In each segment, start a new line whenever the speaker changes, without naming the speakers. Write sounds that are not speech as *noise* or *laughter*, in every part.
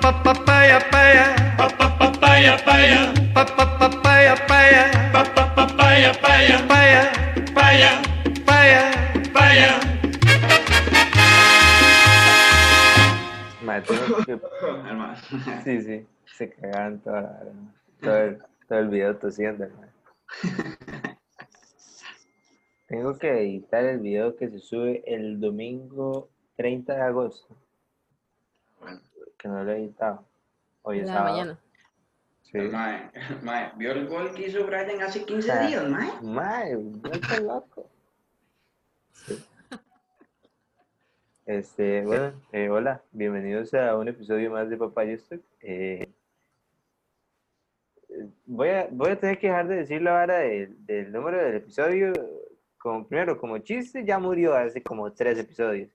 papaya paya,
papaya paya,
papaya paya,
papaya paya,
paya,
paya,
paya.
paya.
Madre, tengo que- *laughs* Sí, sí, se cagaban toda la hora, ma. todo el, todo el video tosiendo, ma. Tengo que editar el video que se sube el domingo 30 de agosto, que no lo he editado. Hoy es
la
sábado.
mañana.
Sí.
Mae, mae, vio el gol que hizo Brian hace 15
Ah.
días, mae.
Mae, no está loco. Sí. Este, bueno, eh, hola, bienvenidos a un episodio más de Papá y Stock. Eh, eh, voy, a, voy a tener que dejar de decir la vara del- del número del episodio. Como, primero, como chiste, ya murió hace como tres episodios.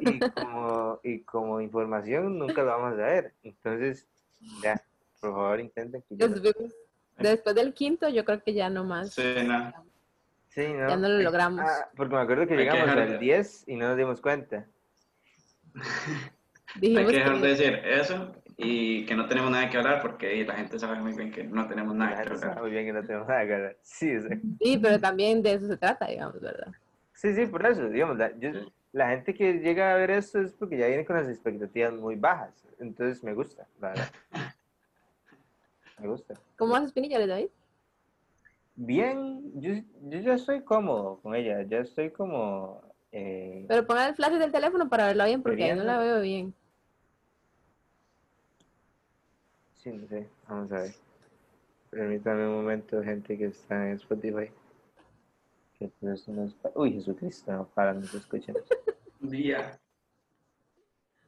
Y como, y como información, nunca lo vamos a ver. Entonces, ya, por favor, intenten que yo no-
Después, después del quinto, yo creo que ya no más.
Cena.
Sí, no.
Ya no lo
hay-
logramos.
ah, porque me acuerdo que
Hay que
llegamos
dejar
al
de-
10 y no nos dimos cuenta.
Hay
Dijimos
que dejar de
que
decir eso y que no tenemos nada que hablar porque eh, la gente sabe muy bien que no tenemos
Ah,
nada que
está
hablar.
muy bien que no tenemos nada que hablar. Sí, exacto.
sí, pero también de eso se trata, digamos, ¿verdad?
sí, sí, por eso. Digamos, la, yo-
Sí.
la gente que llega a ver esto es porque ya viene con las expectativas muy bajas. Entonces me gusta, la verdad. Me gusta.
¿Cómo haces Pinilla, David?
Bien, yo, yo ya estoy cómodo con ella. Ya estoy como. eh,
Pero ponga el flash del teléfono para verlo bien, porque ahí no la veo bien.
Sí, no sé. Vamos a ver. Permítame un momento, gente que está en Spotify. Que todo esto no es pa- Uy, Jesucristo, no, para, no se escucha.
Día.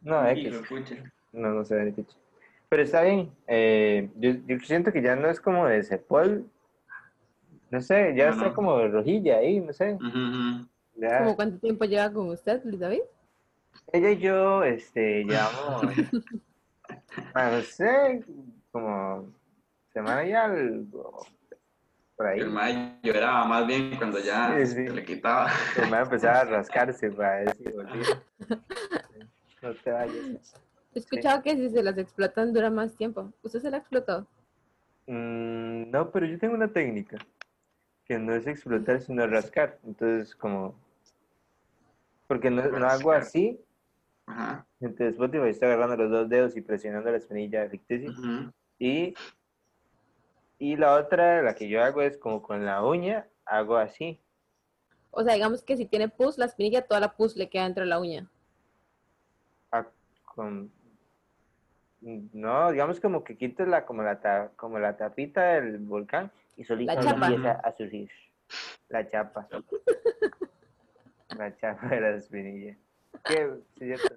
No,
Hijo
Ah, X,
de pucha.
no, no se ve ni picha. Pero está bien. eh, yo, yo siento que ya no es como de Cepol. No sé, ya
No,
está
no.
como de rojilla ahí, no sé.
Ujú, ujú.
ya-
¿Cómo cuánto tiempo lleva con usted, Luis David?
Ella y yo, este, llevamos, ah, no sé, como semana y algo, por ahí.
El mae lloraba más bien cuando ya
Sí, sí.
se le quitaba.
Mi hermano empezaba a rascarse para decir, "Volví".
*laughs*
no te vayas.
He escuchado que si se las explotan dura más tiempo. ¿Usted se la explotó?
Mm, no, pero yo tengo una técnica que no es explotar, sino rascar. Entonces, como, porque no, no hago
Rascar.
así,
Ajá.
entonces Spotify está agarrando los dos dedos y presionando la espinilla ficticia.
ujú.
Y, y la otra, la que yo hago es como con la uña, hago así.
O sea, digamos que si tiene pus, la espinilla, toda la pus le queda dentro de la uña.
a- con- no, digamos como que quito la, como la, ta- como la tapita del volcán y solita
La chapa.
empieza a surgir. La chapa. la chapa de la espinilla. Que, sí, cierto.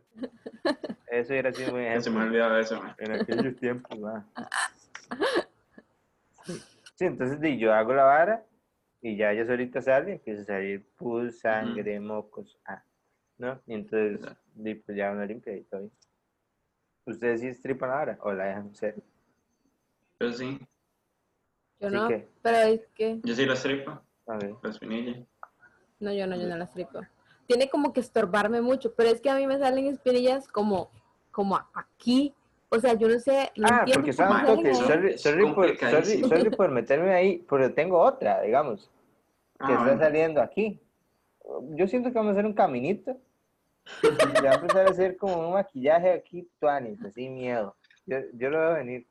Eso hubiera sido muy
Ya Se me ha
ejemplo
olvidado eso, mae.
en aquellos tiempos. va. Sí, entonces di, yo hago la vara y ya ya solita sale, empieza a salir pus, sangre, mocos, ah, ¿no? Y entonces
Exacto.
di, pues ya una limpia y todo bien. ¿Ustedes sí estripan ahora o la dejan ser?
Yo sí,
Yo
Sí,
no,
¿qué?
pero es que...
yo sí la estripa,
A ver.
la espinilla.
No, yo no, yo no la estripo. Tiene como que estorbarme mucho, pero es que a mí me salen espinillas como, como a- aquí. O sea, yo no sé, no
Ah,
entiendo
porque
cómo
saben
mal,
toque,
salen ahí.
son-
sorry,
es
sorry por, sorry,
complicadísimo.
sorry por meterme ahí, pero tengo otra, digamos, que
Ah,
está
bueno.
saliendo aquí. Yo siento que vamos a hacer un caminito. y va a empezar a hacer como un maquillaje aquí, tuanis, así, miedo. Yo, yo lo veo venir.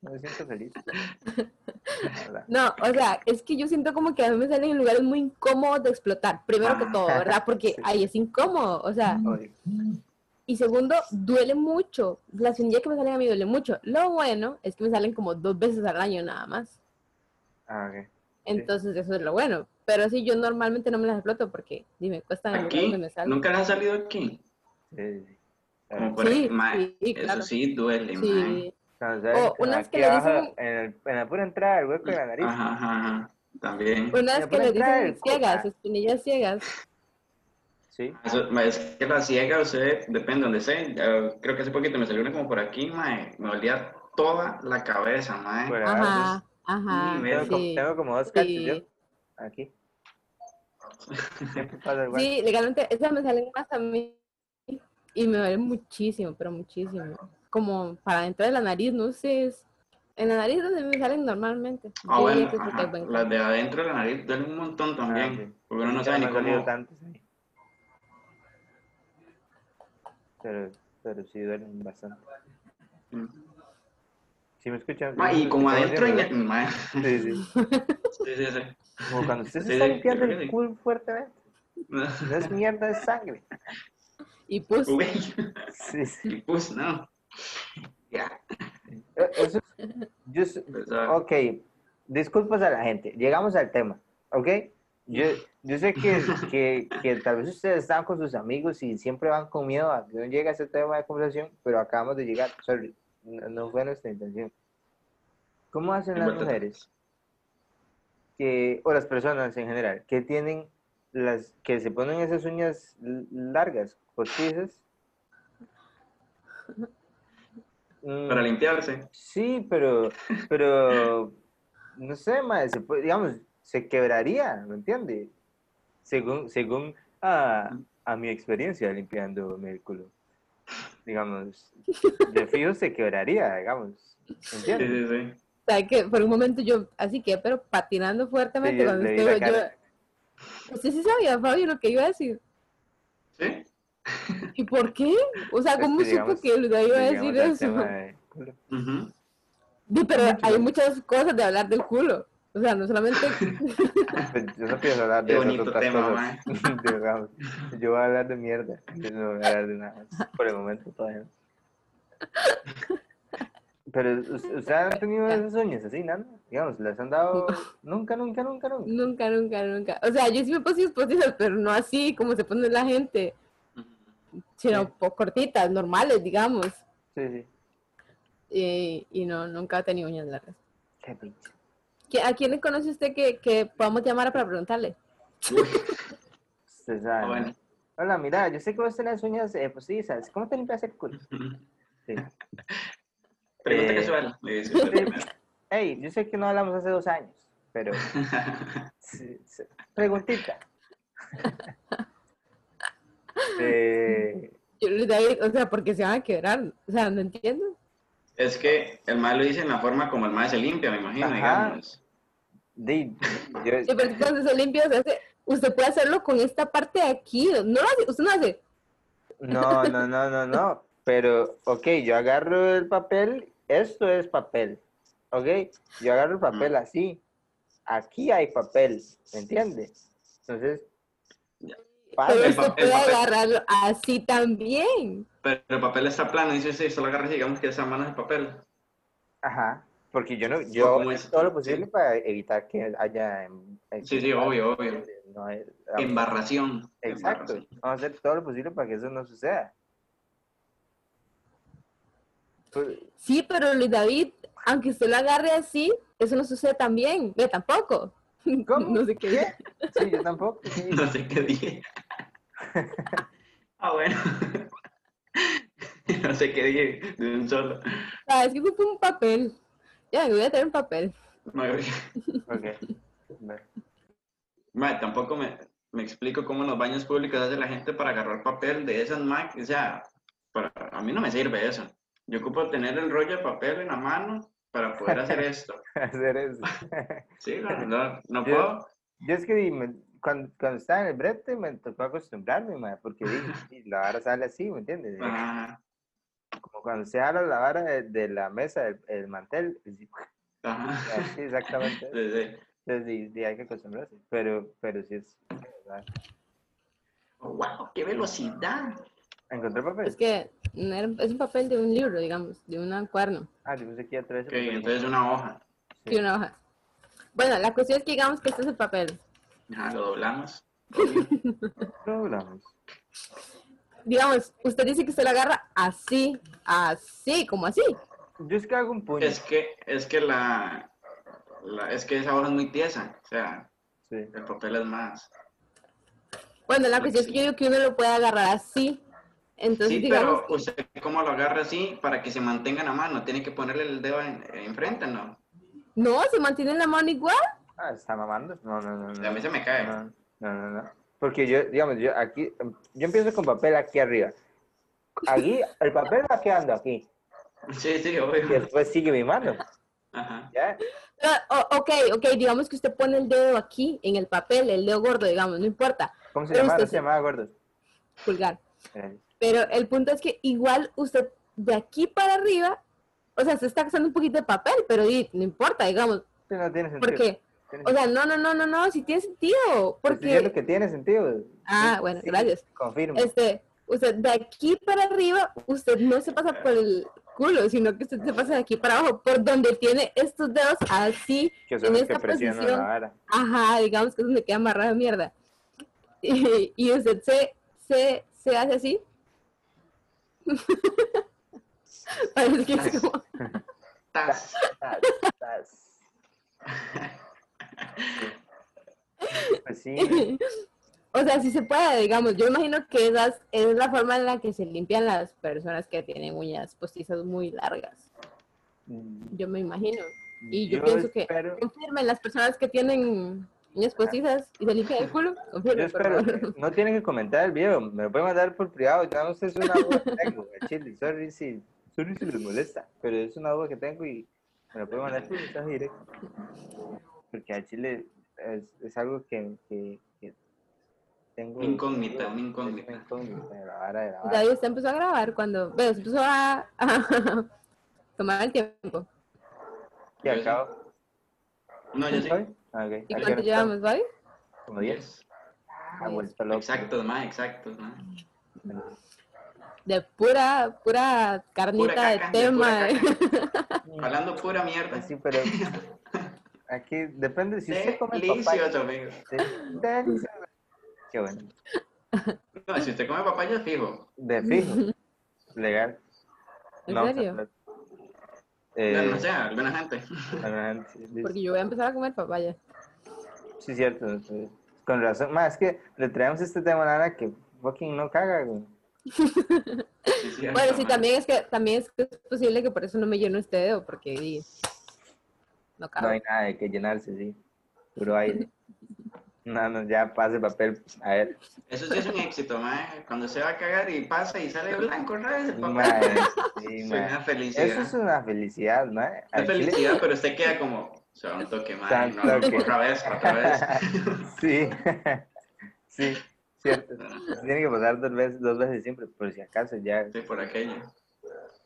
Me siento feliz. La verdad.
No, o sea, es que yo siento como que a mí me salen en lugares muy incómodos de explotar. Primero que
Ah,
todo, ¿verdad? Porque
sí.
ahí es incómodo, o sea.
Oye,
Y segundo, duele mucho. La espinilla que me salen a mí duele mucho. Lo bueno es que me salen como dos veces al año nada más.
Ah, ok.
Entonces, eso es lo bueno. Pero sí, yo normalmente no me las exploto porque, dime, cuestan en lugares
Aquí,
donde me salen.
nunca le ha salido aquí.
Sí, sí, sí. A ver,
Como por
Sí,
ahí, mae,
sí, claro.
eso sí duele, mae.
Sí.
cuando salen
o unas que
aquí
le
abajo,
dicen-
en, el- en la pura entrada del hueco de la nariz.
Ajá, ajá, ajá. También.
Unas
Me
Pues que
pone
le
cara
dicen
del cu-
ciegas,
ah.
espinillas ciegas.
Sí.
Eso, mae, es que la ciega, usted, depende donde sea. eh, creo que hace poquito me salió una como por aquí, mae. Me dolía toda la cabeza, eh. mae.
Bueno,
Ajá, ajá.
Sí,
Tengo, como,
Sí,
tengo como dos cachos yo.
sí.
Aquí. Siempre pasa igual.
Sí, legalmente esas me salen más a mí y me duelen muchísimo, pero muchísimo. como para dentro de la nariz, no sé. es- en la nariz donde me salen normalmente.
Ah,
Yo
bueno,
diría que es pues, porque
ajá,
es buen
las de adentro de la nariz duelen un montón también,
Ah, sí.
porque uno no
Ya
sabe ni
me han dolido
cómo,
tantos ahí. Pero, pero sí duelen bastante. ¿Sí me escuchan?
Ma, Ah, y como
¿Sí me
adentro,
escuchan,
y- ma,
Este, verdad? Sí,
*laughs*
sí.
sí, sí, sí.
Como cuando usted se
Sí,
está
sí,
limpiando
creo que
el
sí.
culo fuertemente. No es mierda, es sangre.
Y pues, pus.
*laughs* Uy,
Sí, sí.
el pus, no. Ya,
Eh, Eso es- yo s-
pues, ah,
Ok, disculpas a la gente. Llegamos al tema, ¿ok? Yo, yo sé que, que, que tal vez ustedes están con sus amigos y siempre van con miedo a que no llegue a ese tema de conversación, pero acabamos de llegar. Sorry, no, no fue nuestra intención. ¿Cómo hacen las
Humberto.
mujeres que, o las personas en general que tienen las que se ponen esas uñas l- largas, cortizas? Mm,
Para limpiarse.
Sí, pero, pero, no sé, mae, se puede- digamos, se quebraría, ¿me entiende? Según, según a, a mi experiencia limpiando mi culo. Digamos, de fijo se quebraría, digamos, ¿me
Sí,
entiende?
sí, sí.
*laughs* O sea, que por un momento yo, así que, pero patinando fuertemente
Sí,
cuando
le vi
usted,
la
yo,
cara.
usted sí sabía, Fabio, lo que iba a decir.
¿Sí?
¿Y por qué? O sea, ¿cómo
Este, digamos,
supo que Luda iba a
Llegamos
decir
al
eso?
tema de culo.
Ujú.
Sí, pero hay muchas cosas de hablar del culo. O sea, no solamente... *laughs*
Pues Yo no pienso hablar de
Qué
esas
bonito
otras
tema,
cosas. *laughs* Digamos, Yo voy a hablar de mierda. Yo no voy a hablar de nada. más. Por el momento todavía no. Pero ¿us- ustedes han tenido esas uñas así, ¿no? Digamos, les han dado nunca, nunca, nunca, nunca.
nunca, nunca, nunca. O sea, yo sí me puse esposizas, pero no así como se pone la gente, sino
Sí.
po- cortitas, normales, digamos.
Sí, sí.
Y, y no, nunca he tenido uñas largas.
Qué pinche.
¿Qui- ¿A quién le conoce usted que, que podamos llamar para preguntarle?
Uy,
Ustedes saben,
ah,
¿no?
bueno.
Hola, mira, yo sé que vos tenés uñas eh, postizas. ¿Cómo te limpias el culo? Sí.
*laughs* Pregunta
Eh,
casual, le dice usted primero.
Hey, yo sé que no hablamos hace dos años,
*laughs*
pero... Sí, sí. Preguntita. Eh,
Yo les doy- o sea, porque se van a quebrar. O sea, no entiendo.
Es que el mal lo dice en la forma como el mal se limpia, me imagino,
Ajá.
digamos.
di-
*laughs*
Sí,
yo-
pero es que cuando se limpia, se hace- usted puede hacerlo con esta parte de aquí. No lo hace, usted no hace.
no, no, no, no, no. Pero, ok, yo agarro el papel. Esto es papel. Ok, yo agarro el papel así. Aquí hay papel, ¿me entiendes? Entonces,
Pero
padre,
Ah, el
usted
pa-
puede
el papel.
agarrarlo así también.
Pero el papel está plano, dice usted, usted lo agarra y digamos que esa mano es el papel.
ajá. Porque yo no, yo
¿Cómo es?
hago todo lo posible para evitar que haya. em,
Sí, sí, obvio, obvio.
No hay- ah,
Embarración.
Exacto.
Embarración.
Vamos a hacer todo lo posible para que eso no suceda. Pues,
Sí, pero Luis David, aunque usted lo agarre así, eso no sucede también. Ve, tampoco.
¿Cómo?
No sé qué.
¿Qué? Sí, yo tampoco. sí.
*laughs* No sé qué
*laughs*
dije. ah, bueno. *laughs* no sé qué dije de un solo.
O sea, es que fue un papel. Ya, me voy a tener un papel.
Madre,
Ok. Bueno,
madre, tampoco me, me explico cómo en los baños públicos hace la gente para agarrar papel de esas Mac. O sea, para- a mí no me sirve eso. Yo ocupo tener el rollo de papel en la mano para poder
*laughs*
hacer esto.
*laughs* Hacer eso.
Sí, *laughs* la verdad, no
Yo-
puedo.
Yo es que di, me- cuando, cuando estaba en el brete me tocó acostumbrarme, ma, porque
*laughs*
di, di, la vara sale así, ¿me entiendes?
Ajá,
Como cuando se habla la vara de, de la mesa, el, el mantel, así,
ajá. *laughs*
*laughs* así exactamente.
Sí, sí.
Entonces di, di, hay que acostumbrarse, pero, pero sí es... ¿verdad?
¡Wow! ¡Qué velocidad!
Encontré papel.
Es que no era- es un papel de un libro, digamos, de un cuaderno,
Ah, yo pensé que ya traía ese
Ok,
papel.
entonces una hoja.
Sí.
de una hoja. Bueno, la cuestión es que digamos que este es el papel.
Ajá, lo doblamos.
No hablamos.
Digamos, usted dice que usted lo agarra así, así, como así.
Yo es que hago un puño.
Es que, es que la, la- es que esa hoja es muy tiesa, o sea,
Sí.
el papel es más.
Bueno, la cuestión es que yo digo que uno lo puede agarrar así. Entonces,
sí,
digamos,
pero usted cómo lo agarra así para que se mantenga en la mano, tiene que ponerle el dedo en- enfrente, ¿no?
no, se mantiene la mano igual.
Ah, está mamando. No, no, no.
O
no.
sea, a mí se me cae.
No, no, no, no. Porque yo, digamos, yo aquí, yo empiezo con papel aquí arriba. Aquí, el papel va quedando aquí.
*laughs* Sí, sí,
y
obvio.
después sigue mi mano.
Ajá.
¿ya?
No, Ah, o- ok, ok, digamos que usted pone el dedo aquí en el papel, el dedo gordo, digamos, no importa,
¿Cómo se
Pero
llamaba?
usted
No se
sí.
llamaba gordo.
pulgar.
Eh,
Pero el punto es que igual usted de aquí para arriba, o sea, se está usando un poquito de papel, pero di, no importa, digamos,
eso no tiene sentido.
porque,
Tiene
o sea, no, no, no, no, no, si tiene sentido,
Estoy diciendo
porque,
que tiene sentido.
Ah,
Sí,
bueno,
sí,
gracias.
Confirmo.
este, usted de aquí para arriba, usted no se pasa por el culo, sino que usted se pasa de aquí para abajo, por donde tiene estos dedos así,
que son
en
los que
esta
presionan
posición-
la
*laughs*
vara.
Ajá, digamos que es donde queda amarrada de mierda. Y, y usted se, se, se hace así. *laughs* Parece que es como...
Tas.
Tas, tas. Pues sí,
*laughs* o sea, sí se puede, digamos. Yo imagino que esa es- es la forma en la que se limpian las personas que tienen uñas postizas muy largas.
mm,
Yo me imagino. Y yo, pienso que
espero-
confirmen las personas que tienen uñas postizas y se limpian el culo.
Yo
Confirmen, por
espero
favor. *laughs*
que no tienen que comentar el video, me lo pueden mandar por privado, ya no sé, es una duda que tengo, al chile, sorry si, sorry si les molesta, pero es una duda que tengo y me lo pueden mandar por mensaje directo. Porque al chile es, es algo que, que, que tengo...
Una incógnita, una
es
incógnita.
Una incógnita de la vara de
*laughs*
la vara.
David usted empezó a grabar cuando, bueno, se empezó a, *laughs* a tomar el tiempo.
¿Y al cabo?
No, yo sí.
¿Hoy? Ah, ok. ¿A qué
¿Y
hora
cuánto
estamos?
llevamos, David?
Como 10. Ah, vuelto loco.
Exactos, más exactos, ma.
De pura, pura carnita
Pura caca,
de
de
tema.
pura
eh.
Hablando pura mierda.
Pues Sí,
*laughs*
pero aquí depende, si usted come papaya...
Delicioso, amigo.
Sí, delicioso. Qué bueno.
No, si usted come papaya, fijo.
*laughs*
De fijo. Legal.
¿En
vamos a
serio?
hablar.
No,
Eh,
no sé, alguna
*laughs*
gente.
para antes, sí,
Porque yo voy a empezar a comer papaya.
Sí, cierto. sí. Con razón. Más es que le traemos este tema a Nara que fucking no caga, güey.
Sí, sí,
Bueno, sí,
ma.
también es que también es, que es posible que por eso no me lleno este dedo, porque di, no
No
cabe.
hay nada de que llenarse, sí. Puro aire. No, no, ya pase papel. A ver.
Eso sí es un éxito, ma. Cuando se va a cagar y pasa y sale blanco, ¿no? El papel. *laughs*
Mae, eh, sí,
Es
mae.
una felicidad.
Eso es una felicidad, ¿no?
Una
Al chile-
felicidad, pero usted queda como. Se va un toque, ma.
Tan
No,
toque.
otra vez, otra
*laughs*
vez.
*laughs* Sí, *laughs* sí, cierto. Tiene que pasar dos veces, dos veces siempre, por si acaso ya,
Sí, por aquello.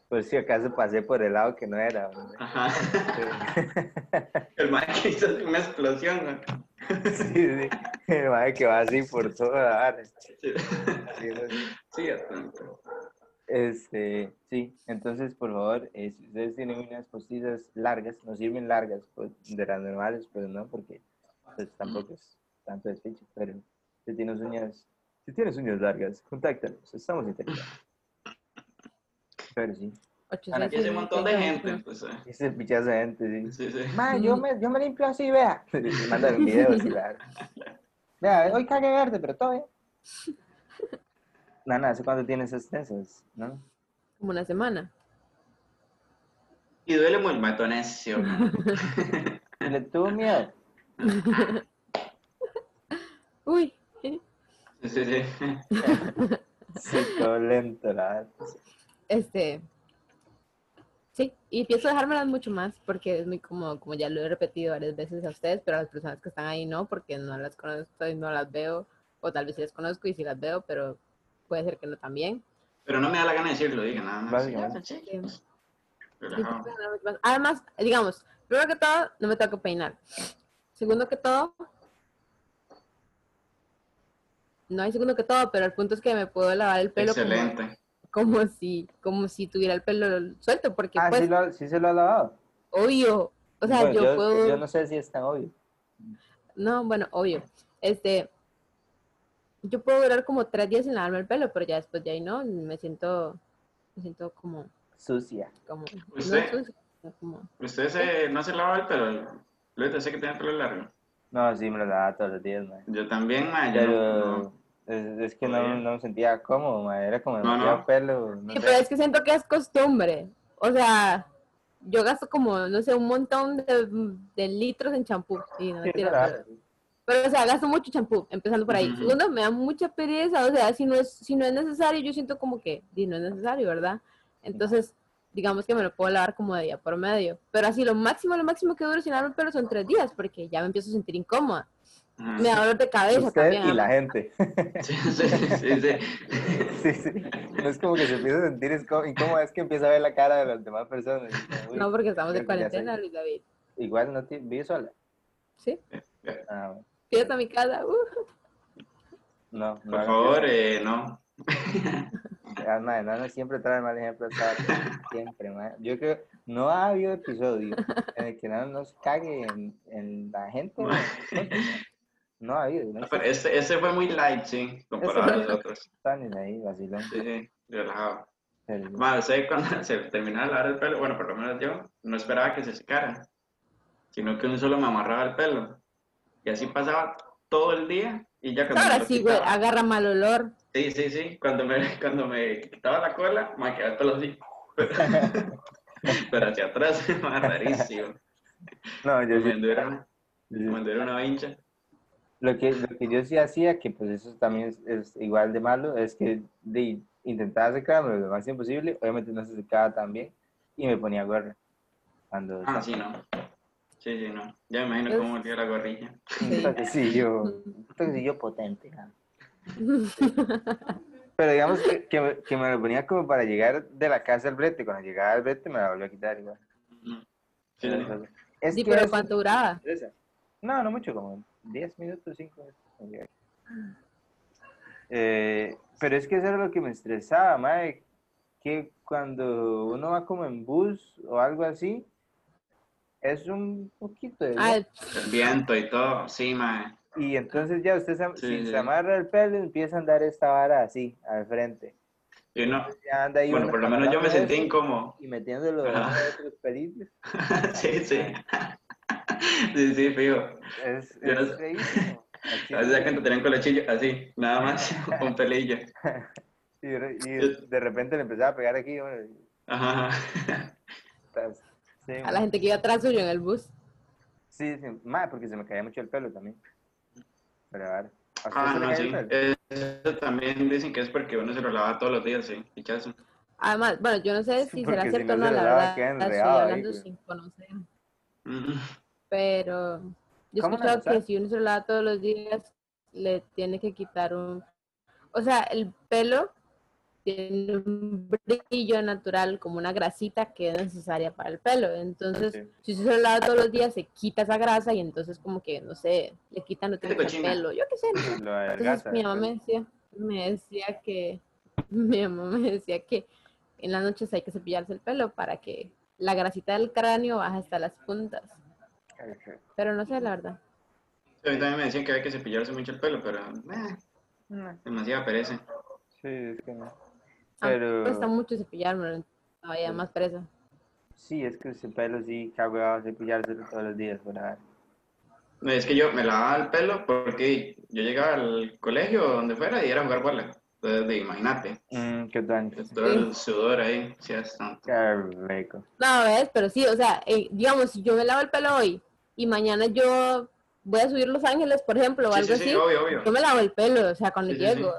por si acaso pasé por el lado que no era. ¿no?
Ah. Ajá. *laughs* El ma que hizo una explosión, ma.
Sí, sí, el mae que va así por toda la barra.
Sí, *laughs*
Así es.
sí, bastante.
Este, sí, entonces por favor, eh, si ustedes tienen unas postizas largas, no sirven largas, pues de las normales, pues no, porque pues tampoco es tanto despecho, pero si tienes uñas, si tienes uñas largas, contáctanos, estamos interesados. Pero sí,
Y es un montón de gente, pues. eh.
es el pichazo de gente, sí.
Sí, sí.
Ma, yo me, yo me limpio así, vea. *laughs* Y Mandan un video así, la verdad. Vea, hoy cague verde, pero todo bien. Nana, ¿hace cuánto tienes esas tensas? ¿No?
Como una semana.
Y duele muy el matonesio, ma.
Ah.
¿Y le tuvo miedo?
Uy,
Sí, sí, sí.
Sí, todo lento, la verdad.
este. Sí, y pienso dejármelas mucho más porque es muy cómodo, como ya lo he repetido varias veces a ustedes, pero a las personas que están ahí no, porque no las conozco y no las veo, o tal vez sí las conozco y sí las veo, pero puede ser que no también.
Pero no me da la gana de decirlo, diga nada más.
Básicamente.
Sí,
Eh, Sí,
relajado.
porque no me pasa- Además, digamos, primero que todo, no me tengo que peinar. Segundo que todo, no hay segundo que todo, pero el punto es que me puedo lavar el pelo como,
Excelente.
como si como si tuviera el pelo suelto, porque
Ah,
pues,
¿sí, lo- sí se lo ha lavado.
obvio, o sea,
Bueno,
yo, puedo,
yo
no...
no sé si es tan obvio.
bueno, obvio, este, yo puedo durar como tres días sin lavarme el pelo, pero ya después de ahí no, me siento, me siento como,
Sucia.
como, no
Usted-
sucia, sino como,
Usted se, no se lava el pelo. Luis, yo sé que tiene pelo largo.
No, sí me lo lavaba todos los días, man.
Yo también, ma. Yo
Pero
no-
es, es que no, no me sentía cómodo, man. Era como
No, no.
demasiado pelo. no
Sí,
sé.
pero es que siento que es costumbre. O sea, yo gasto como, no sé, un montón de, de litros en champú. Sí, no,
Sí,
mentira,
la
pero,
verdad.
pero, o sea, gasto mucho champú, empezando por ahí.
Ujú.
Segundo, me da mucha pereza. O sea, si no es, si no es necesario, yo siento como que, di, no es necesario, ¿verdad? Entonces, digamos que me lo puedo lavar como de día por medio. Pero así lo máximo, lo máximo que duro sin lavarme el pelo son tres días, porque ya me empiezo a sentir incómoda.
Ajá.
Me da dolor de cabeza
Usted
también.
y la
además.
gente.
*laughs* Sí, sí, sí, sí.
Sí, sí. No es como que se empieza a sentir esco- incómoda, es que empieza a ver la cara de las demás personas. y como, uy,
No, pues porque estamos de
creo que ya
cuarentena,
soy-
Luis David.
Igual no tiene, vive sola.
¿Sí?
Ah, bueno.
Quédate a mi casa. uh.
no, no.
Por
hagan
favor, eh, no.
eso. Ah, madre, no, no, siempre trae mal ejemplo. esta vara. Siempre, madre. Yo creo, no ha habido episodio en el que no nos cague en, en la gente.
*laughs*
güey. No ha habido, no
Ah, Pero
existe.
Ese, ese fue muy light, sí, comparado a los otros.
Están ahí vacilón.
Sí, sí, relajado.
Pero-
Más, sé cuando *laughs* se terminaba de lavar el pelo, bueno, por lo menos yo no esperaba que se secara, sino que uno solo me amarraba el pelo. Y así pasaba todo el día y ya cuando me
Ahora
lo
sí, güey,
quitaba-
agarra mal olor.
Sí, sí, sí, cuando me, *laughs* cuando me quitaba la cola, me quedaba el pelo así. *laughs* Pero, pero hacia atrás, *laughs* más rarísimo.
No, yo,
Me
sí-
enduera,
yo-
me enduera una vincha.
Lo que, lo que yo sí hacía, que pues eso también es, es igual de malo, es que de, intentaba secarme lo más imposible, obviamente no se secaba tan bien, y me ponía gorra. Cuando,
Ah, sí, no. Sí, sí, no. Ya me imagino cómo me quedó la gorrilla.
un toquecillo, un toquecillo potente. ¿no? Pero digamos que, que, me- que me lo ponía como para llegar de la casa al brete, cuando llegaba al brete me la volvía a quitar igual.
Sí, sí.
Entonces, es
Sí,
que
pero
es-
¿cuánto duraba?
No, no mucho, como 10 minutos, 5 minutos. Eh, pero es que eso era lo que me estresaba, madre, que cuando uno va como en bus o algo así, es un poquito de...
Ah,
El viento y todo, sí, mae.
y entonces ya usted se,
Sí,
si
sí.
se amarra el pelo, empieza a andar esta vara así, al frente.
Y uno,
Ya anda ahí
bueno,
uno
por lo menos yo me
amarrando
sentí
eso
incómodo.
Y metiéndolo en
Ajá.
otros pelillos.
Sí, sí. *laughs* Sí, sí, fijo.
Es,
Yo no
es
sé. *laughs*
feísimo. Así
Así
que-
que te tenían con la chilla, así, nada más, *laughs* un pelillo.
y de- y de repente le empezaba a pegar aquí, bueno, y-
*laughs*
Ajá. *laughs* ajá.
Estás- Pues, Sí,
a la
ma.
gente que iba atrás suyo en el bus.
sí, sí, ma, porque se me caía mucho el pelo también. Pero a ver. ¿a usted
Ah,
se le
no,
cae el
sí.
pelo?
Eso también dicen que es porque uno se lo lava todos los días, sí, pichazo.
Además, bueno, yo no sé
Sí,
si
porque
será
si
cierto
no
o no,
se
la
lava,
verdad,
queda
estoy
enredado ahí,
hablando
güey.
sin conocer,
Ujú.
pero yo he
¿Cómo la
escuchado que
besás?
si uno se lo lava todos los días, le tiene que quitar un... O sea, el pelo tiene un brillo natural, como una grasita que es necesaria para el pelo, entonces...
Sí.
Si usted se lo lava todos los días, se quita esa grasa y entonces como que, no sé, le quitan nutrientes al
cochina.
pelo. Yo qué sé, no sé.
Lo
Entonces
adelgaza.
mi mamá me
después.
decía, me decía que, *laughs* mi mamá me decía que en las noches hay que cepillarse el pelo para que la grasita del cráneo baje hasta las puntas. Pero no sé, la verdad.
A mí también me decían que había que cepillarse mucho el pelo, pero eh,
No,
demasiada pereza.
Sí, es que no.
A mí me Ah, cuesta
Pero
mucho cepillarme, todavía
Pues
Sí.
más presa.
sí, es que ese pelo sí, cagado, cepillárselo todos los días. Por ahí.
No, Es que yo me lavaba el pelo porque yo llegaba al colegio o donde fuera y era a jugar bola. Entonces, de- imagínate,
Mm, qué tan
todo el sudor ahí, sí, es tanto.
qué rico.
No, ves, pero sí, o sea, eh, digamos, si yo me lavo el pelo hoy y mañana yo voy a subir Los Ángeles, por ejemplo, o
Sí,
algo
sí, sí,
así,
obvio, obvio.
yo me lavo el pelo, o sea, cuando
Sí, sí, sí.
llego.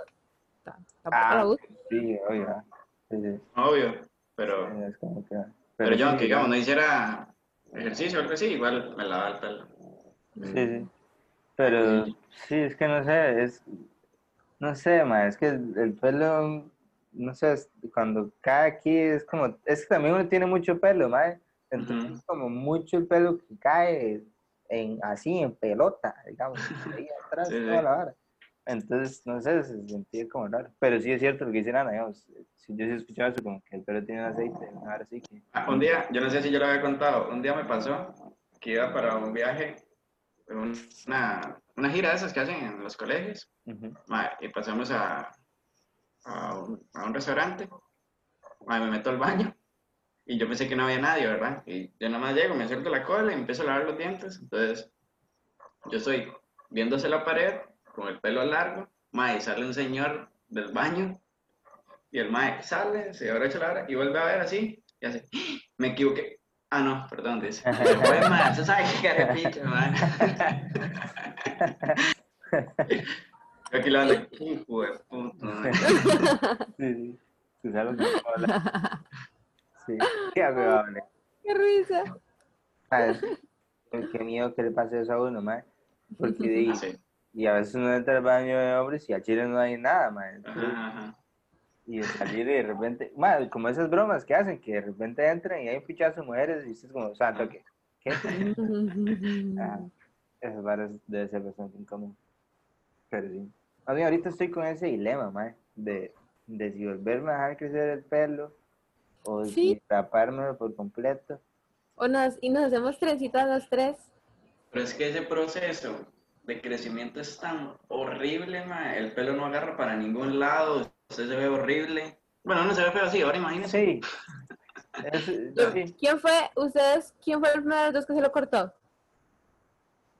ta- Tampoco
Ah,
la uso.
sí, obvio. ah. Sí, sí,
Obvio, pero, pero,
es como que- ah.
yo, aunque
sí,
digamos, no hiciera ejercicio o algo así, igual me lavaba el pelo. Mm.
Sí, sí. Pero
Sí.
sí, es que no sé, es, no sé, ma, es que el, el pelo, no sé, es- cuando cae aquí es como, es que también uno tiene mucho pelo, ma, entonces
Ujú.
es como mucho el pelo que cae en, así en pelota, digamos,
*laughs*
ahí atrás,
Sí, sí.
toda la vara. Entonces, no sé, se sentía como raro. Pero sí es cierto lo que dice Ana, digamos, si yo sí escuchaba eso, como que el pelo tiene un aceite, ahora sí que...
Ah, Un día, yo no sé si yo lo había contado, un día me pasó que iba para un viaje, una, una gira de esas que hacen en los colegios.
Ujú.
Ma, y pasamos a, a, un, a un restaurante. Ma, me meto al baño y yo pensé que no había nadie, ¿verdad? Y yo nada más llego, me acerco la cola y empiezo a lavar los dientes. Entonces, yo estoy viéndose la pared con el pelo largo. Ma, y sale un señor del baño y el mae sale, se abrocha la hora y vuelve a ver así y hace, "¡Ah! me equivoqué. Ah, no, perdón, dice. Pero, "Güey, mae, usted sabe qué carepicha, mae. Yo aquí lo ando,
*laughs*
hijo de puta, mae".
Sí, sí, tú sabes lo que habla. Sí, qué agradable.
¡Qué risa! *laughs*
Mae, Qué qué miedo que le pase eso a uno, mae. Porque di-
Ah, sí.
y a veces uno entra al baño de hombres y al chile no hay nada, mae. Entonces,
Ajá, ajá.
Y salir y de repente, mae, como esas bromas que hacen, que de repente entran y hay un pichazo de mujeres y usted es como, santo, ¿qué? ¿Qué? Ah, esas varas debe ser bastante incómodo. Pero sí. A mí ahorita estoy con ese dilema, mae, de, de si volverme a dejar crecer el pelo o si
Sí.
tapármelo por completo.
O nos- y nos hacemos trencitas los tres.
Pero es que ese proceso de crecimiento es tan horrible, ma, el pelo no agarra para ningún lado, usted se ve horrible. Bueno, uno se ve feo así, ahora imagínese.
Sí. Es- sí.
¿Quién fue, ustedes, quién fue el primero de los dos que se lo cortó?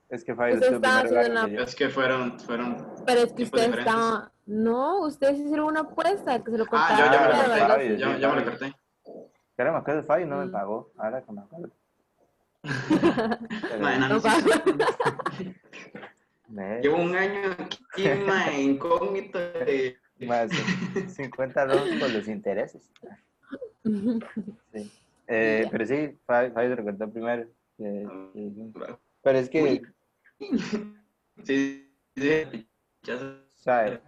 Es que Fabio
Usted
estuvo
estaba
primero
haciendo
largo que yo.
Es que fueron, fueron...
Pero es que
Tipos
ustedes
diferentes.
estaban... No, ustedes hicieron una apuesta, el que se lo cortaba.
Ah, yo ya me
Ah,
lo
Fabio,
primero,
corté,
sí,
yo, ya me
Fabio.
lo corté.
Que ahora me acuerdo, Fabio no me
Mm.
pagó. Ahora que me acuerdo. Pero
Ma, no,
No,
no sé.
me-
Llevo un año aquí, ma, incógnito. de-
más de 50 dólares por los intereses.
*laughs* ¿no?
Sí. Eh,
Ya.
pero sí, Fabio, Fabio lo contó primero. eh,
Ah.
y- pero es que,
Uy. Sí, sí, ya,
¿sabes?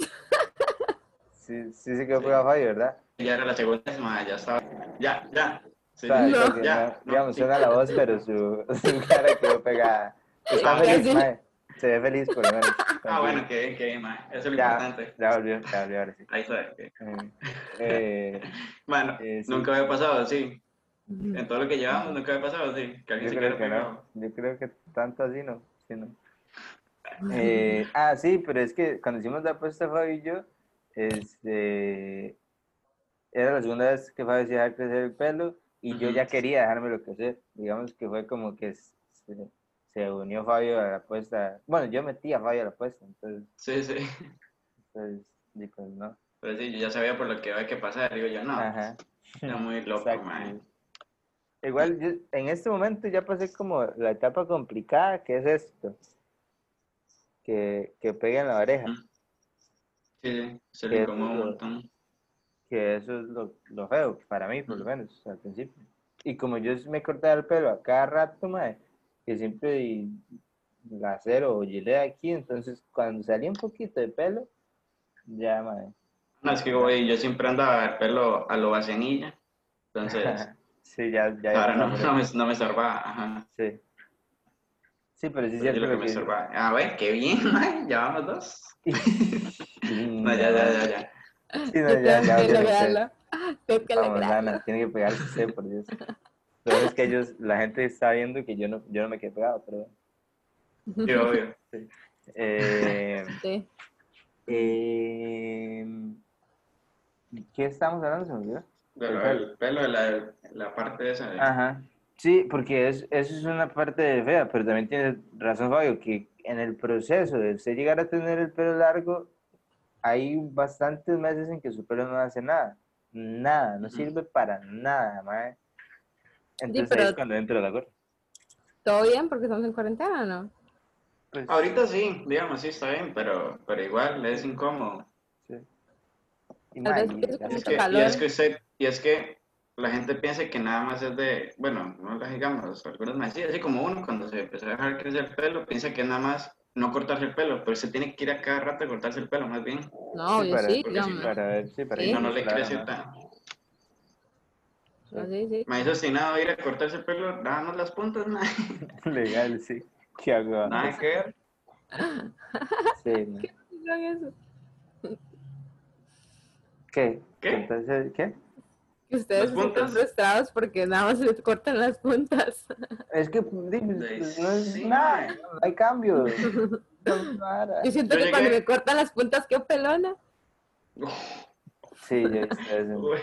*laughs* Sí, sí se quedó pegado Fabio, ¿verdad?
ya era la segunda, ma, ya estaba, ya, ya. Sí,
¿Sabes?
No.
Porque
ya,
no, digamos,
sí.
suena la voz, pero su, *laughs* su cara quedó pegada. Está
Ah,
feliz,
sí.
mae. Se ve feliz, por lo menos.
Ah, bueno, que bien, que bien, ma, eso es lo
ya,
importante.
ya volvió, ya volvió, ahora sí.
*laughs* Ahí está. que-
Eh, eh,
Bueno,
Eh, sí.
nunca había pasado así. En todo lo que llevamos, nunca había pasado así. Que alguien
Yo
se quedara
creo que no.
pegado.
Yo creo que tanto así no. sí, no. Eh, ah, sí, pero es que cuando hicimos la apuesta, Fabio y yo, este, era la segunda vez que Fabio se dejaba crecer el pelo y yo
Ujú.
ya quería dejármelo crecer. Digamos que fue como que se, se unió Fabio a la apuesta. Bueno, yo metí a Fabio a la apuesta, entonces,
Sí, sí. *laughs*
entonces y pues no.
Pero sí, yo ya sabía por lo que había que pasar. Digo yo, no,
Ajá.
está muy loco,
Exacto.
man.
Igual, yo, en este momento ya pasé como la etapa complicada, que es esto. Que, que pega en la oreja,
Ujú. Sí, sí, se
Qué
le incomoda un
duro.
montón.
que eso es lo, lo feo, para mí por lo
Mm.
menos, al principio. Y como yo me cortaba el pelo a cada rato, mae, que siempre y- la cero o gilea aquí, entonces cuando salía un poquito de pelo, ya, mae. *laughs*
No, es que güey, yo siempre andaba el pelo a lo vacianilla.
*laughs*
Entonces,
sí, ya, ya.
ahora no,
ya-
no me, no me estorbaba. Ajá.
Sí. Sí, pero sí es
Eso es
cierto
lo que
lo
me
que- *laughs*
estorbaba. A ver, qué bien, *laughs* man. Ya vamos dos. No, ya, ya, ya, ya.
Sí, no,
Yo
ya,
tengo
ya,
que
ya, ya.
lograrlo. *laughs* Tengo que
Vamos,
lograrlo.
Ana, tiene que pegarse usted, por Dios. Pero es que ellos, la gente está viendo que yo no, yo no me quedé pegado, pero bueno.
*laughs*
Sí,
*laughs*
obvio.
Eh,
Sí.
eh, ¿Qué estamos hablando? Se me olvidó.
De lo del pelo, de la, la parte esa. de-
Ajá. Sí, porque es, eso es una parte fea, pero también tiene razón Fabio, que en el proceso de usted llegar a tener el pelo largo, hay bastantes meses en que su pelo no hace nada. Nada, no
Ujú.
sirve para nada, mae. Entonces ahí
pero-
es cuando entra la gorra.
¿Todo bien porque estamos en cuarentena o no?
Pues,
Ahorita sí, digamos, sí está bien, pero, pero igual es incómodo.
Sí. Y,
Tal
mae,
vez
y
porque es
las
Y es,
Mucho
que, y
calor.
es que usted, y es que la gente piensa que nada más es de, bueno, no las digamos, algunos más, sí, así como uno cuando se empezó a dejar crecer el pelo, piensa que es nada más no cortarse el pelo, pero se tiene que ir a cada rato a cortarse el pelo, más bien,
No,
Sí,
yo
para-
sí,
porque
digamos.
sí,
para ver, sí, para
Sí.
si
ir
no, no le
claro,
crece
*laughs* ¿no?
tan.
Yo sí, sí.
Me ha obstinado ir a cortarse el pelo, nada más las puntas, *laughs* nada,
Legal, sí. Qué hago?
nada que ver.
Sí, mae.
Hicieron eso.
¿Qué?
¿Qué?
Entonces, ¿qué?
Que Ustedes
Las
se sienten
puntas.
frustrados porque nada más les cortan las puntas. *laughs*
Es que di, pues, no es
sí,
nada,
mae.
no hay cambio. No es nada.
Yo siento
Yo
que cuando
llegué-
me cortan las puntas, qué pelona.
Sí, yo he visto eso.
Uy,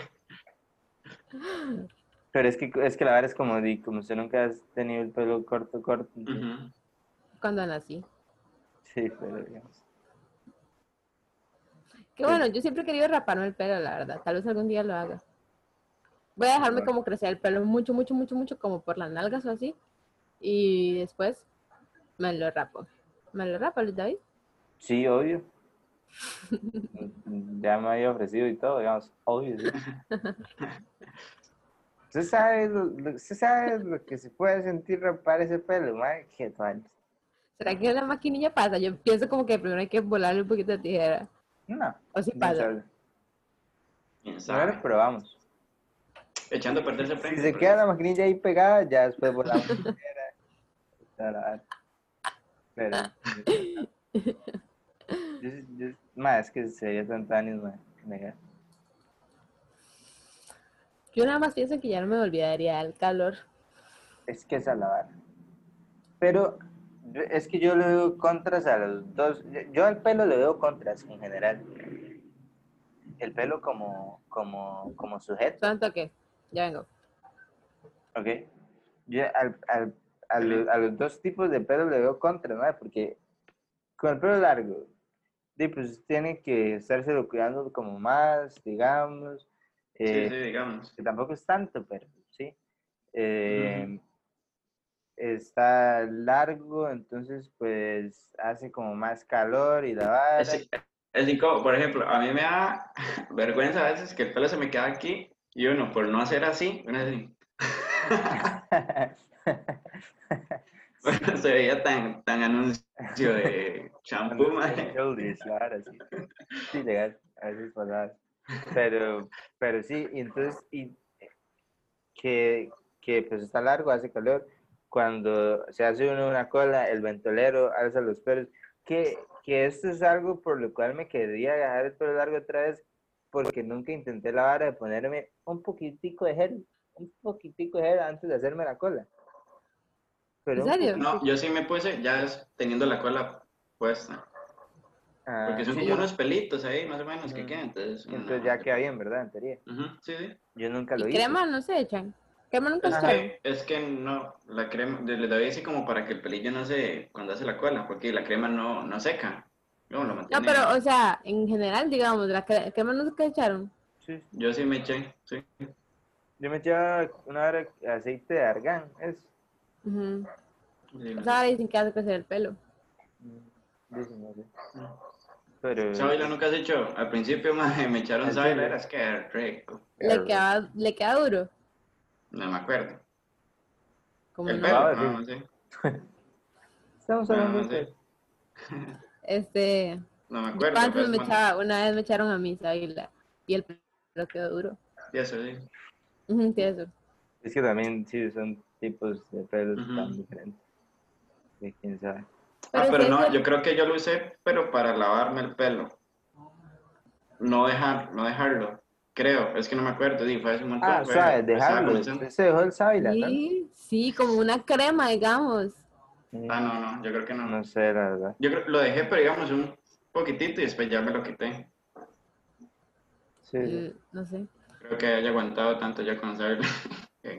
Pero es que, es que la verdad es como, di, como usted nunca has tenido el pelo corto, corto. entonces,
ujú.
Cuando nací.
Sí, pero digamos.
Que bueno, yo siempre he querido raparme el pelo, la verdad. Tal vez algún día lo haga. Voy a dejarme
Bueno.
como crecer el pelo mucho, mucho, mucho, mucho, como por las nalgas o así. Y después me lo rapo. Me lo rapo, Luis David.
Sí,
*laughs*
obvio. Ya me había ofrecido y todo, digamos, obvio. sí. Usted sabe lo, lo- usted sabe lo que se puede sentir rapar ese pelo, madre. Qué tal.
¿Será que la maquinilla pasa? Yo pienso como que primero hay que volarle un poquito de tijera.
No.
O si
no
pasa.
sabe.
¿Quién
Primero
sabe?
probamos.
Echando a perder ese pues.
Si
premio.
se
pero-
queda la maquinilla ahí pegada, ya después volamos. Era- era- Pero. Yo, yo, ma, es que sería tanto ánimo, ma, negar.
Yo nada más pienso que ya no me olvidaría el calor.
Es que es alabar. Pero yo- es que yo le veo contras a los dos. Yo- Yo al pelo le veo contras en general. El pelo como, como, como sujeto,
Tanto que, ya vengo.
¿ok? Yo al, al- a, lo- a los dos tipos de pelo le veo contras, ¿no? Porque con el pelo largo, di, pues tiene que estárselo cuidando como más, digamos.
Sí,
eh,
sí, digamos.
que tampoco es tanto, pero sí. Eh, Está largo, entonces pues hace como más calor y la vara.
Es, es incómodo. Por ejemplo, a mí me da *laughs* vergüenza a veces que el pelo se me queda aquí y uno, por no hacer así, uno así, *laughs*
*laughs*
se veía tan, tan anuncio de champú,
Shoulders,
mae.
shoulders, la vara, sí. Sí, legal, a veces pasaba. Pero, pero sí, y entonces, y que, que pues está largo, hace calor. Cuando se hace uno una cola, el ventolero alza los pelos. Que, que esto es algo por lo cual me quería dejar el pelo largo otra vez, porque nunca intenté la vara de ponerme un poquitico de gel, un poquitico de gel antes de hacerme la cola. Pero un
¿En serio?
poquito-
No, yo sí me puse ya es teniendo la cola puesta.
Ah,
Porque son
sí,
como
yo-
unos pelitos ahí, más o menos, que
Ujú.
quedan. Entonces, uno-
Entonces ya queda bien, ¿verdad? En teoría.
Ujú, sí, sí.
Yo nunca
¿Y
lo hice.
crema no se echan? ¿Crema nunca
Es
se
Ajá.
echaron?
que, es que no, la crema, le le doy así como para que el pelillo no se, cuando hace la cola, porque la crema no, no seca. Yo, lo
No,
mantenía.
pero, o sea, en general, digamos, la cre- crema no se echaron.
Sí, sí.
Yo sí me eché, sí.
Yo me echaba una hora aceite de argán, es.
Ujú.
Sí,
O sea, ahora dicen que hace crecer el pelo.
Dicen, Mm, no sé.
No.
Pero.
Zoila, nunca has hecho. Al principio *laughs* mae, me echaron
¿En serio?
Zoila, es que era rico.
Le queda, le queda duro.
No me acuerdo.
Como
el
no.
pelo,
Ah,
no,
sí.
no sé.
Estamos
No,
hablando
no
de
sé.
esto.
Este,
No me
yo
acuerdo.
antes
pero
me
es bueno.
echaba, una vez me echaron a mí, ¿sabes? Y la- Y el pelo quedó duro. *laughs*
Y eso sí.
Ujú, sí, eso.
Es que también, sí, son tipos de pelos
Ujú.
tan diferentes. Que quién sabe.
Ah, pero
sí,
no,
sí.
yo creo que yo lo usé, pero para lavarme el pelo. No dejar, no dejarlo. Creo, es que no me acuerdo. Sí, fue hace un montón.
Ah,
fue-
suave,
estaba
dejarlo.
comenzando.
Usted se dejó el sábila,
Sí, sí, como una crema, digamos.
¿no?
Ah, no, no, yo creo que no.
No sé, la verdad.
Yo creo, lo dejé, pero digamos un poquitito y después ya me lo quité.
Sí, sí.
Eh, No sé.
Creo que haya aguantado tanto ya con *laughs* Zoila.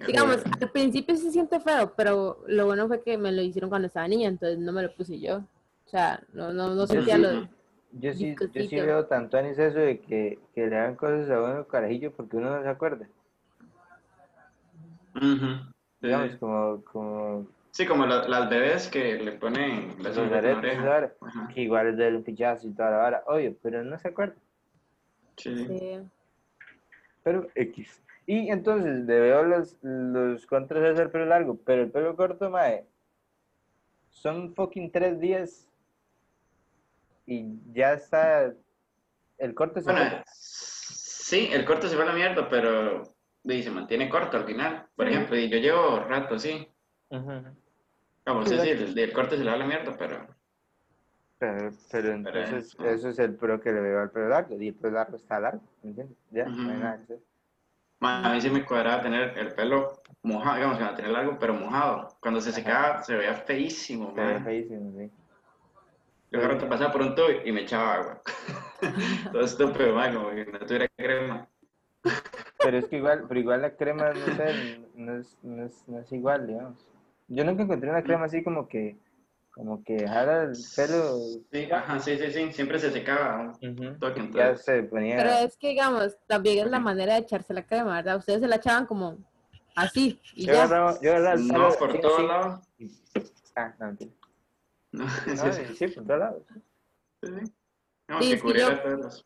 Digamos,
eh.
al principio se siente feo, pero lo bueno fue que me lo hicieron cuando estaba niña, entonces no me lo puse yo. O sea, no, no, no sentía
sí.
lo de...
Yo sí, yo sí
Discutito.
veo tanto anís eso de que, que le hagan cosas a uno carajillo porque uno no se acuerda.
Ujú. Sí,
Digamos,
sí.
como, como
Sí, como la- las bebés que le ponen la
los
sombra en la
aretes
oreja.
ahora,
Ajá,
que igual es del pichazo y toda la vara, obvio, pero no se acuerda.
sí, sí.
eh,
Pero X. Y entonces le veo los, los contras de hacer pelo largo, pero el pelo corto, mae, son fucking tres días y ya está. El corto se
Bueno,
fue.
sí, el corto se fue a la mierda, pero y se mantiene corto al final. Por ejemplo, y yo llevo rato, sí.
Ujú.
Como sí, sí,
Exacto.
el, el corto se le va a la mierda, pero
Pero, pero entonces,
eso.
eso es el pro que le veo al pelo largo, y el pelo largo está largo, ¿me entiendes? Ya, no hay
Ujú.
nada que hacer.
ma, a mí sí me cuadraba tener el pelo mojado, digamos, que mantener largo, pero mojado. Cuando se secaba se veía feísimo,
Se ve
man.
feísimo, sí.
Yo cada rato pasaba por un tubo y me echaba agua. *laughs* Todo estúpido, man, como que no tuviera crema.
Pero es que igual, pero igual la crema, no sé, no es, no es, no es igual, digamos. Yo nunca encontré una crema así como que, como que dejara el pelo,
Sí, ajá, sí, sí, sí, siempre se secaba un toque,
ya
entonces.
se ponía.
Pero es que, digamos, también es la manera de echarse la crema, ¿verdad? Ustedes se la echaban como así y
Yo
ya.
agarraba, yo agarraba el
No,
pelo
por
así,
todos
así.
lados.
Ah, no, mentira.
*laughs* No, sí,
No,
sí,
sí, sí, por todos lados.
sí, sí. No,
Sí,
que
es que
cubriera
yo-
todos los-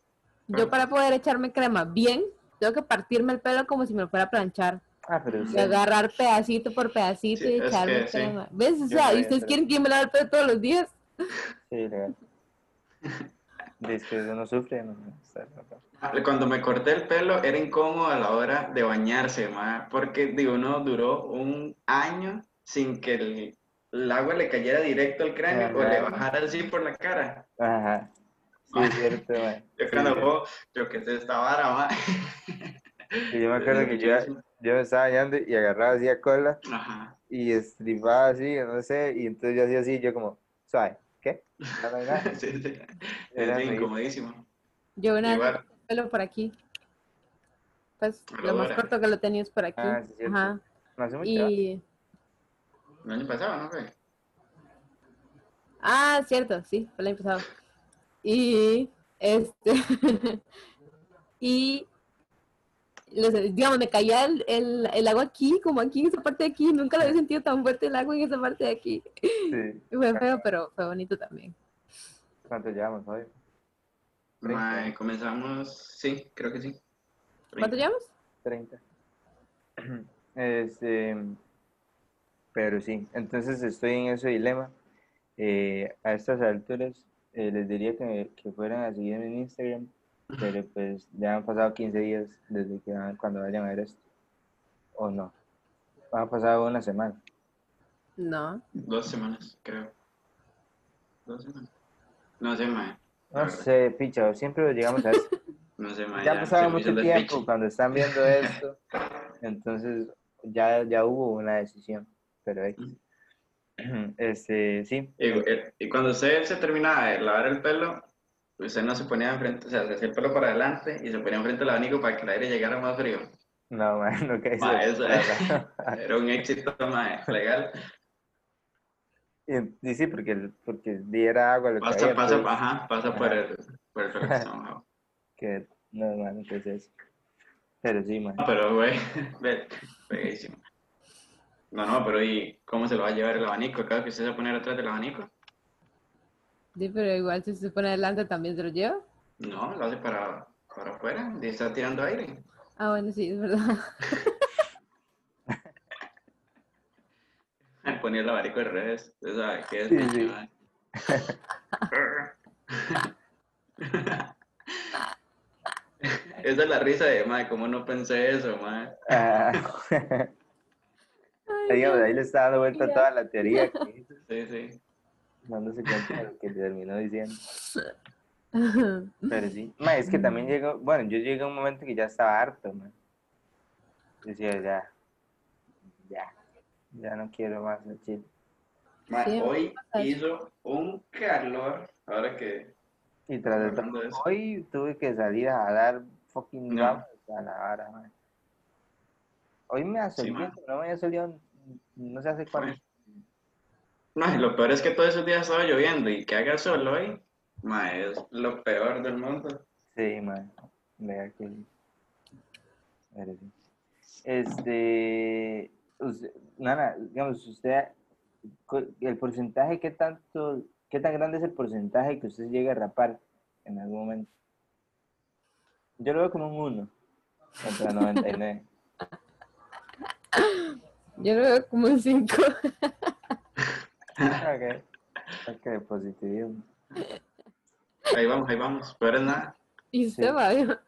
Yo para poder echarme crema bien, tengo que partirme el pelo como si me lo fuera a planchar.
Ah, pero
de
usted.
agarrar pedacito por pedacito
Sí,
y
es
echarme.
que sí.
crema. ¿Ves? O
Yo
sea,
sé,
¿y ustedes
pero-
quieren que yo me lave el pelo todos los días?
Sí, legal. Después este, uno sufre, no, no, está loco.
Ah, Cuando me corté el pelo era incómodo a la hora de bañarse, ma, porque digo, uno duró un año sin que el, el agua le cayera directo al cráneo o le
Ajá.
bajara así por la cara.
Ajá. Sí,
*laughs*
es cierto, mae.
Yo
Sí,
cuando
sí.
puedo, yo que sé esta vara, ma.
Y yo me
*laughs*
acuerdo que yo, yo me estaba bañando y agarraba así a cola
Ajá. *laughs*
y estripaba así, no sé, y entonces yo hacía así, yo como, suave, ¿qué? No, no
*laughs*
hay nada.
Sí, sí.
Era
Es
muy-
incomodísimo.
Yo una vez me
Igual.
corté el pelo por aquí. Pues
Pero
lo más
ahora.
corto que lo tenía es por aquí.
Ah, sí, cierto.
Ajá.
No hace mucho. ¿va?
Y.
El año pasado, ¿no? fue?
Ah, cierto, sí, fue el año pasado. Y este *laughs* y los- digamos, me caía el, el- el agua aquí, como aquí en esa parte de aquí, nunca lo había sentido tan fuerte el agua en esa parte de aquí.
Sí.
Y Fue feo, pero fue bonito también.
¿Cuánto llevamos hoy? Treinta.
Ma, comenzamos, sí, creo que sí.
¿Cuánto llevamos?
30. *clears throat* Este, pero sí, entonces estoy en ese dilema. Eh, a estas alturas eh, les diría que, que fueran a seguirme en Instagram, pero pues ya han pasado 15 días desde que van- cuando vayan a ver esto. O no. Ha pasado una semana.
No.
Dos semanas, creo. Dos semanas. No sé, ma.
No sé, picha, siempre llegamos a eso.
No sé, ma.
Ya ha pasado
Ah, se me hizo
mucho
el
tiempo
despiche.
cuando están viendo esto, entonces ya, ya hubo una decisión, pero X.
Mm.
*clears throat* Este, sí,
Y, eh, y cuando usted se terminaba de lavar el pelo, usted no se ponía enfrente, o sea, se hacía el pelo para adelante y se ponía enfrente del abanico para que el aire llegara más
*laughs*
frío.
No, man, nunca hice
Ma,
eso,
Ah, eso-
la verdad.
Era un éxito, ma,
*laughs*
legal.
Pues Y, y sí, porque, el- porque diera agua lo que
Pasa,
había, pues,
pasa,
entonces,
ajá, pasa por el, por el pelo que está mojado.
que no, man, nunca hice eso. Pero sí, man.
No, pero, güey, *laughs* ve, feísimo. No, no, pero ¿y cómo se lo va a llevar el abanico? ¿Cada que usted se va a poner atrás del abanico?
Sí, pero igual si se pone adelante también se lo lleva.
No, lo hace para, para afuera y está tirando aire. *laughs*
Ah, bueno, sí, es verdad.
Ponía el abanico al revés. Usted sabe qué es.
Sí, sí.
ma. *laughs* Esa es la risa de, madre, ¿cómo no pensé eso, madre?
Ah, *laughs*
Ay,
digamos,
no.
ahí le está dando vuelta
Ya.
toda la teoría, que hizo, pues,
Sí, sí.
dándose cuenta de lo que terminó diciendo. Pero sí, man, es que también llegó, bueno, yo llegué a un momento que ya estaba harto, man. Decía, ya, ya, ya no quiero más el chile.
Ma,
Sí,
hoy
pasa.
hizo un calor, ahora que...
Y tras de
Hablando
todo,
de eso.
hoy tuve que salir a dar fucking
No.
ramas a la vara, man. Hoy me asolió,
man.
no me había solido, no sé hace cuánto.
Ma, y lo peor es que todos esos días estaba lloviendo y que haga sol hoy, ma, es lo peor del mundo.
Sí, man. Vea que. Pero sí. Este. usted- Nana, digamos, usted. co- El porcentaje, ¿qué tanto. ¿Qué tan grande es el porcentaje que usted llega a rapar en algún momento? Yo lo veo como un 1 contra 99.
*laughs* Yo lo veo como un 5.
Ok. Ok, positivismo.
Ahí vamos, ahí vamos. Peor es nada.
Y usted,
Sí.
Fabio,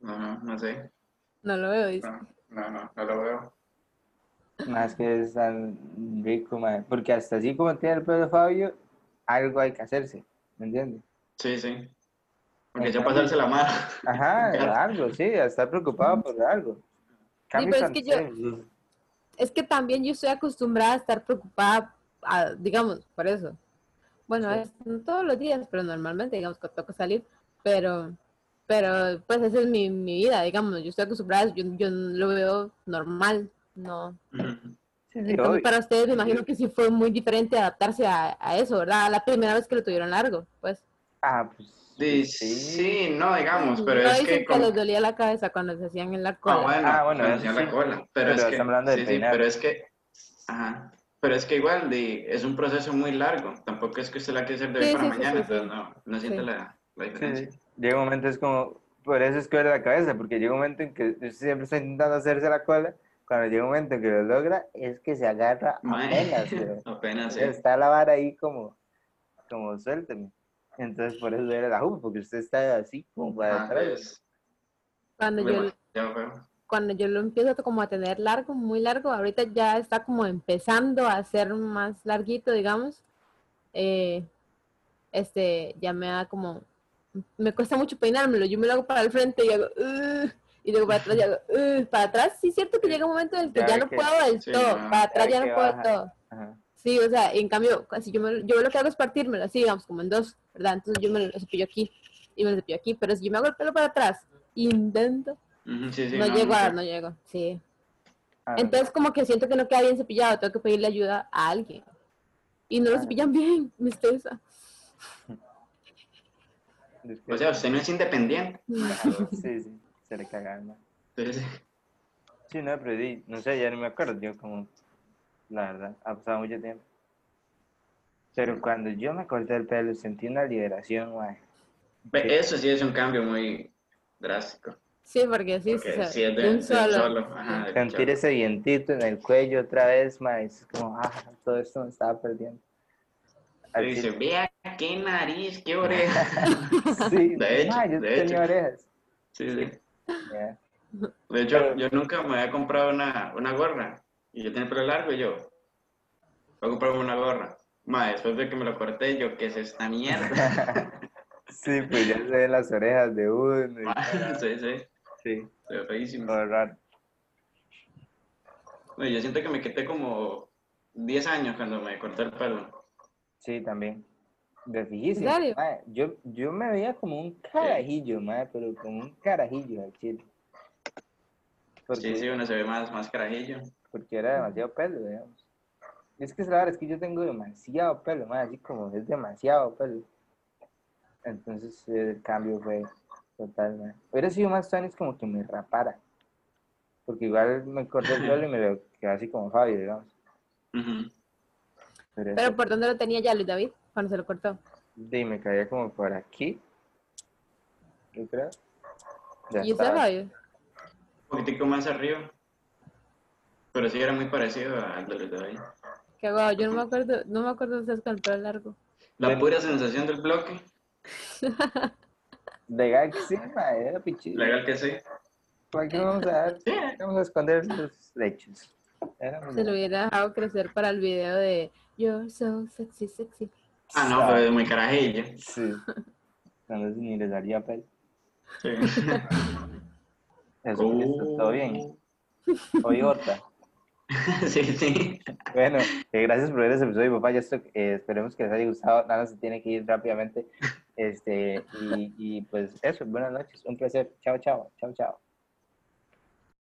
No, no, no sé.
no lo veo, dice.
No, no, no, no lo veo.
Más que es tan rico, madre. Porque hasta así como tiene el pelo Fabio, algo hay que hacerse. ¿Me entiendes?
Sí, sí. Porque
En
ya
cambio-
pasarse la mano.
Ajá,
Claro.
algo, sí, a estar preocupado por algo. Cambio
pero es
cuando
que yo-
usted-
es que también yo estoy acostumbrada a estar preocupada, a- digamos, por eso. Bueno,
Sí.
es- no todos los días, pero normalmente, digamos, que toca salir, pero, pero pues esa es mi, mi vida, digamos, yo estoy acostumbrada, yo, yo lo veo normal, ¿no?
Sí, sí,
Entonces,
obvio.
para ustedes me imagino que sí fue muy diferente adaptarse a, a eso, ¿verdad? La primera vez que lo tuvieron largo, pues.
Ah, pues
Sí, sí, no, digamos, pero
no
es
dicen
que...
que,
como-
les dolía la cabeza cuando se hacían en la
Ah,
cola.
bueno,
Ah, bueno,
bueno,
eso
ya
sí.
la cola. Pero,
Pero
es que,
estamos hablando de
sí, sí,
peinar.
pero es que, ajá, pero es que igual de- es un proceso muy largo. Tampoco es que usted la quiere hacer de hoy
Sí,
para
sí, sí,
mañana,
sí, sí.
entonces no, no siente
Sí.
la, la
sí, sí.
diferencia.
Llega un momento es como, Por eso es que duele la cabeza, porque llega un momento en que usted siempre está intentando hacerse la cola. Cuando llega un momento en que lo logra, es que se agarra
Mae, *laughs*
apenas. pero
apenas, sí.
Está la vara ahí como, como suélteme. Entonces por eso duele la jupa, porque usted está así como para
Ah,
atrás.
es
Cuando yo,
demasiado feo.
cuando yo lo empiezo como a tener largo, muy largo, ahorita ya está como empezando a ser más larguito, digamos, eh, este, ya me da como, me cuesta mucho peinármelo, yo me lo hago para el frente y hago, "Ugh", y luego para atrás y hago, "Ugh", para atrás, sí es cierto que llega un momento en el que
Ya
ya
ve
no
que-
puedo del
sí,
todo,
ya,
para atrás
ya
ya
que
no puedo del
baja.
todo.
Ajá.
Sí, o sea, en cambio, así yo, me- yo lo que hago es partírmelo así, digamos, como en dos, ¿verdad? Entonces yo me lo cepillo aquí y me lo cepillo aquí, pero si yo me hago el pelo para atrás, intento,
Ujú, sí, sí,
no, llego a,
nunca.
no llego, sí.
Ah, no.
Entonces como que siento que no queda bien cepillado, tengo que pedirle ayuda a alguien. Y no lo
Ah.
cepillan bien, *laughs* me estresa.
Es que-
O sea, usted no es independiente.
Ajá, sí, sí, se le cagaron. ¿no?
Entonces, *laughs*
Sí, no, pero di- no sé, ya no me acuerdo, yo como, la verdad, ha pasado mucho tiempo.
Mm.
Pero cuando yo me corté el pelo, sentí una liberación, mae.
ve, eso sí es un cambio muy drástico.
Sí, porque sí,
Porque
o sea,
sí es de,
de
de
un solo.
ajá, del
Sentir
solo.
ese vientito en el cuello otra vez, mae, es como, ah, todo esto me estaba perdiendo. Al
Y dice,
chile,
vea qué nariz, qué oreja.
*laughs* sí,
de hecho,
mae, yo
de
tenía
hecho.
orejas.
Sí, sí.
Ya.
De hecho, yo nunca me había comprado una, una gorra. Y yo tenía el pelo largo y yo, voy a comprarme una gorra. Ma, después de que me lo corté, yo, ¿qué es esta
*laughs*
mierda?
Sí, pues ya se ven las orejas de uno. y-
Ma, sí, sí,
sí,
se ve feísimo.
todo raro.
Bueno, yo siento que me quité como 10 años cuando me corté el pelo.
Sí, también. De fijísimo.
serio?
mae, yo, yo me veía como un carajillo, mae, pero como un carajillo al chile. Porque,
Sí, sí, uno se ve más, más carajillo.
porque era demasiado pelo, digamos. Es que es la verdad, es que yo tengo demasiado pelo, mae, así como es demasiado pelo. Entonces el cambio fue total, mae. Hubiera sido más tan es como que me rapara. Porque igual me corté el pelo y me lo quedé así como Fabio, digamos.
Ujú.
Pero, eso-
Pero ¿por dónde lo tenía ya Luis David? Cuando se lo cortó.
Sí, me caía como por aquí. Yo creo. Ya
¿Y usted,
estaba.
Fabio?
Un poquitico más arriba. Pero sí era muy parecido al de los de hoy.
Que guau, yo no me acuerdo, no me acuerdo de ustedes con el pelo largo.
La
Bueno.
pura sensación del bloque,
Legal que sí, ma, era pichillo.
legal que sí.
¿Para qué vamos a dar? Vamos a esconder los lechos. Era muy
Se lo
legal.
hubiera dejado crecer para el video de You're so sexy, sexy.
Ah, no, pero es muy carajillo.
Sí. Entonces ni les daría pelo.
*laughs* Sí.
Eso,
Oh.
listo, todo bien. Oye, Horta.
Uh. *laughs* sí, sí.
Bueno, eh, gracias por ver ese episodio, papá. Ya esto, eh, esperemos que les haya gustado. Nada, se tiene que ir rápidamente. Este, y, y pues eso, buenas noches. Un placer. Chao, chao. Chao, chao.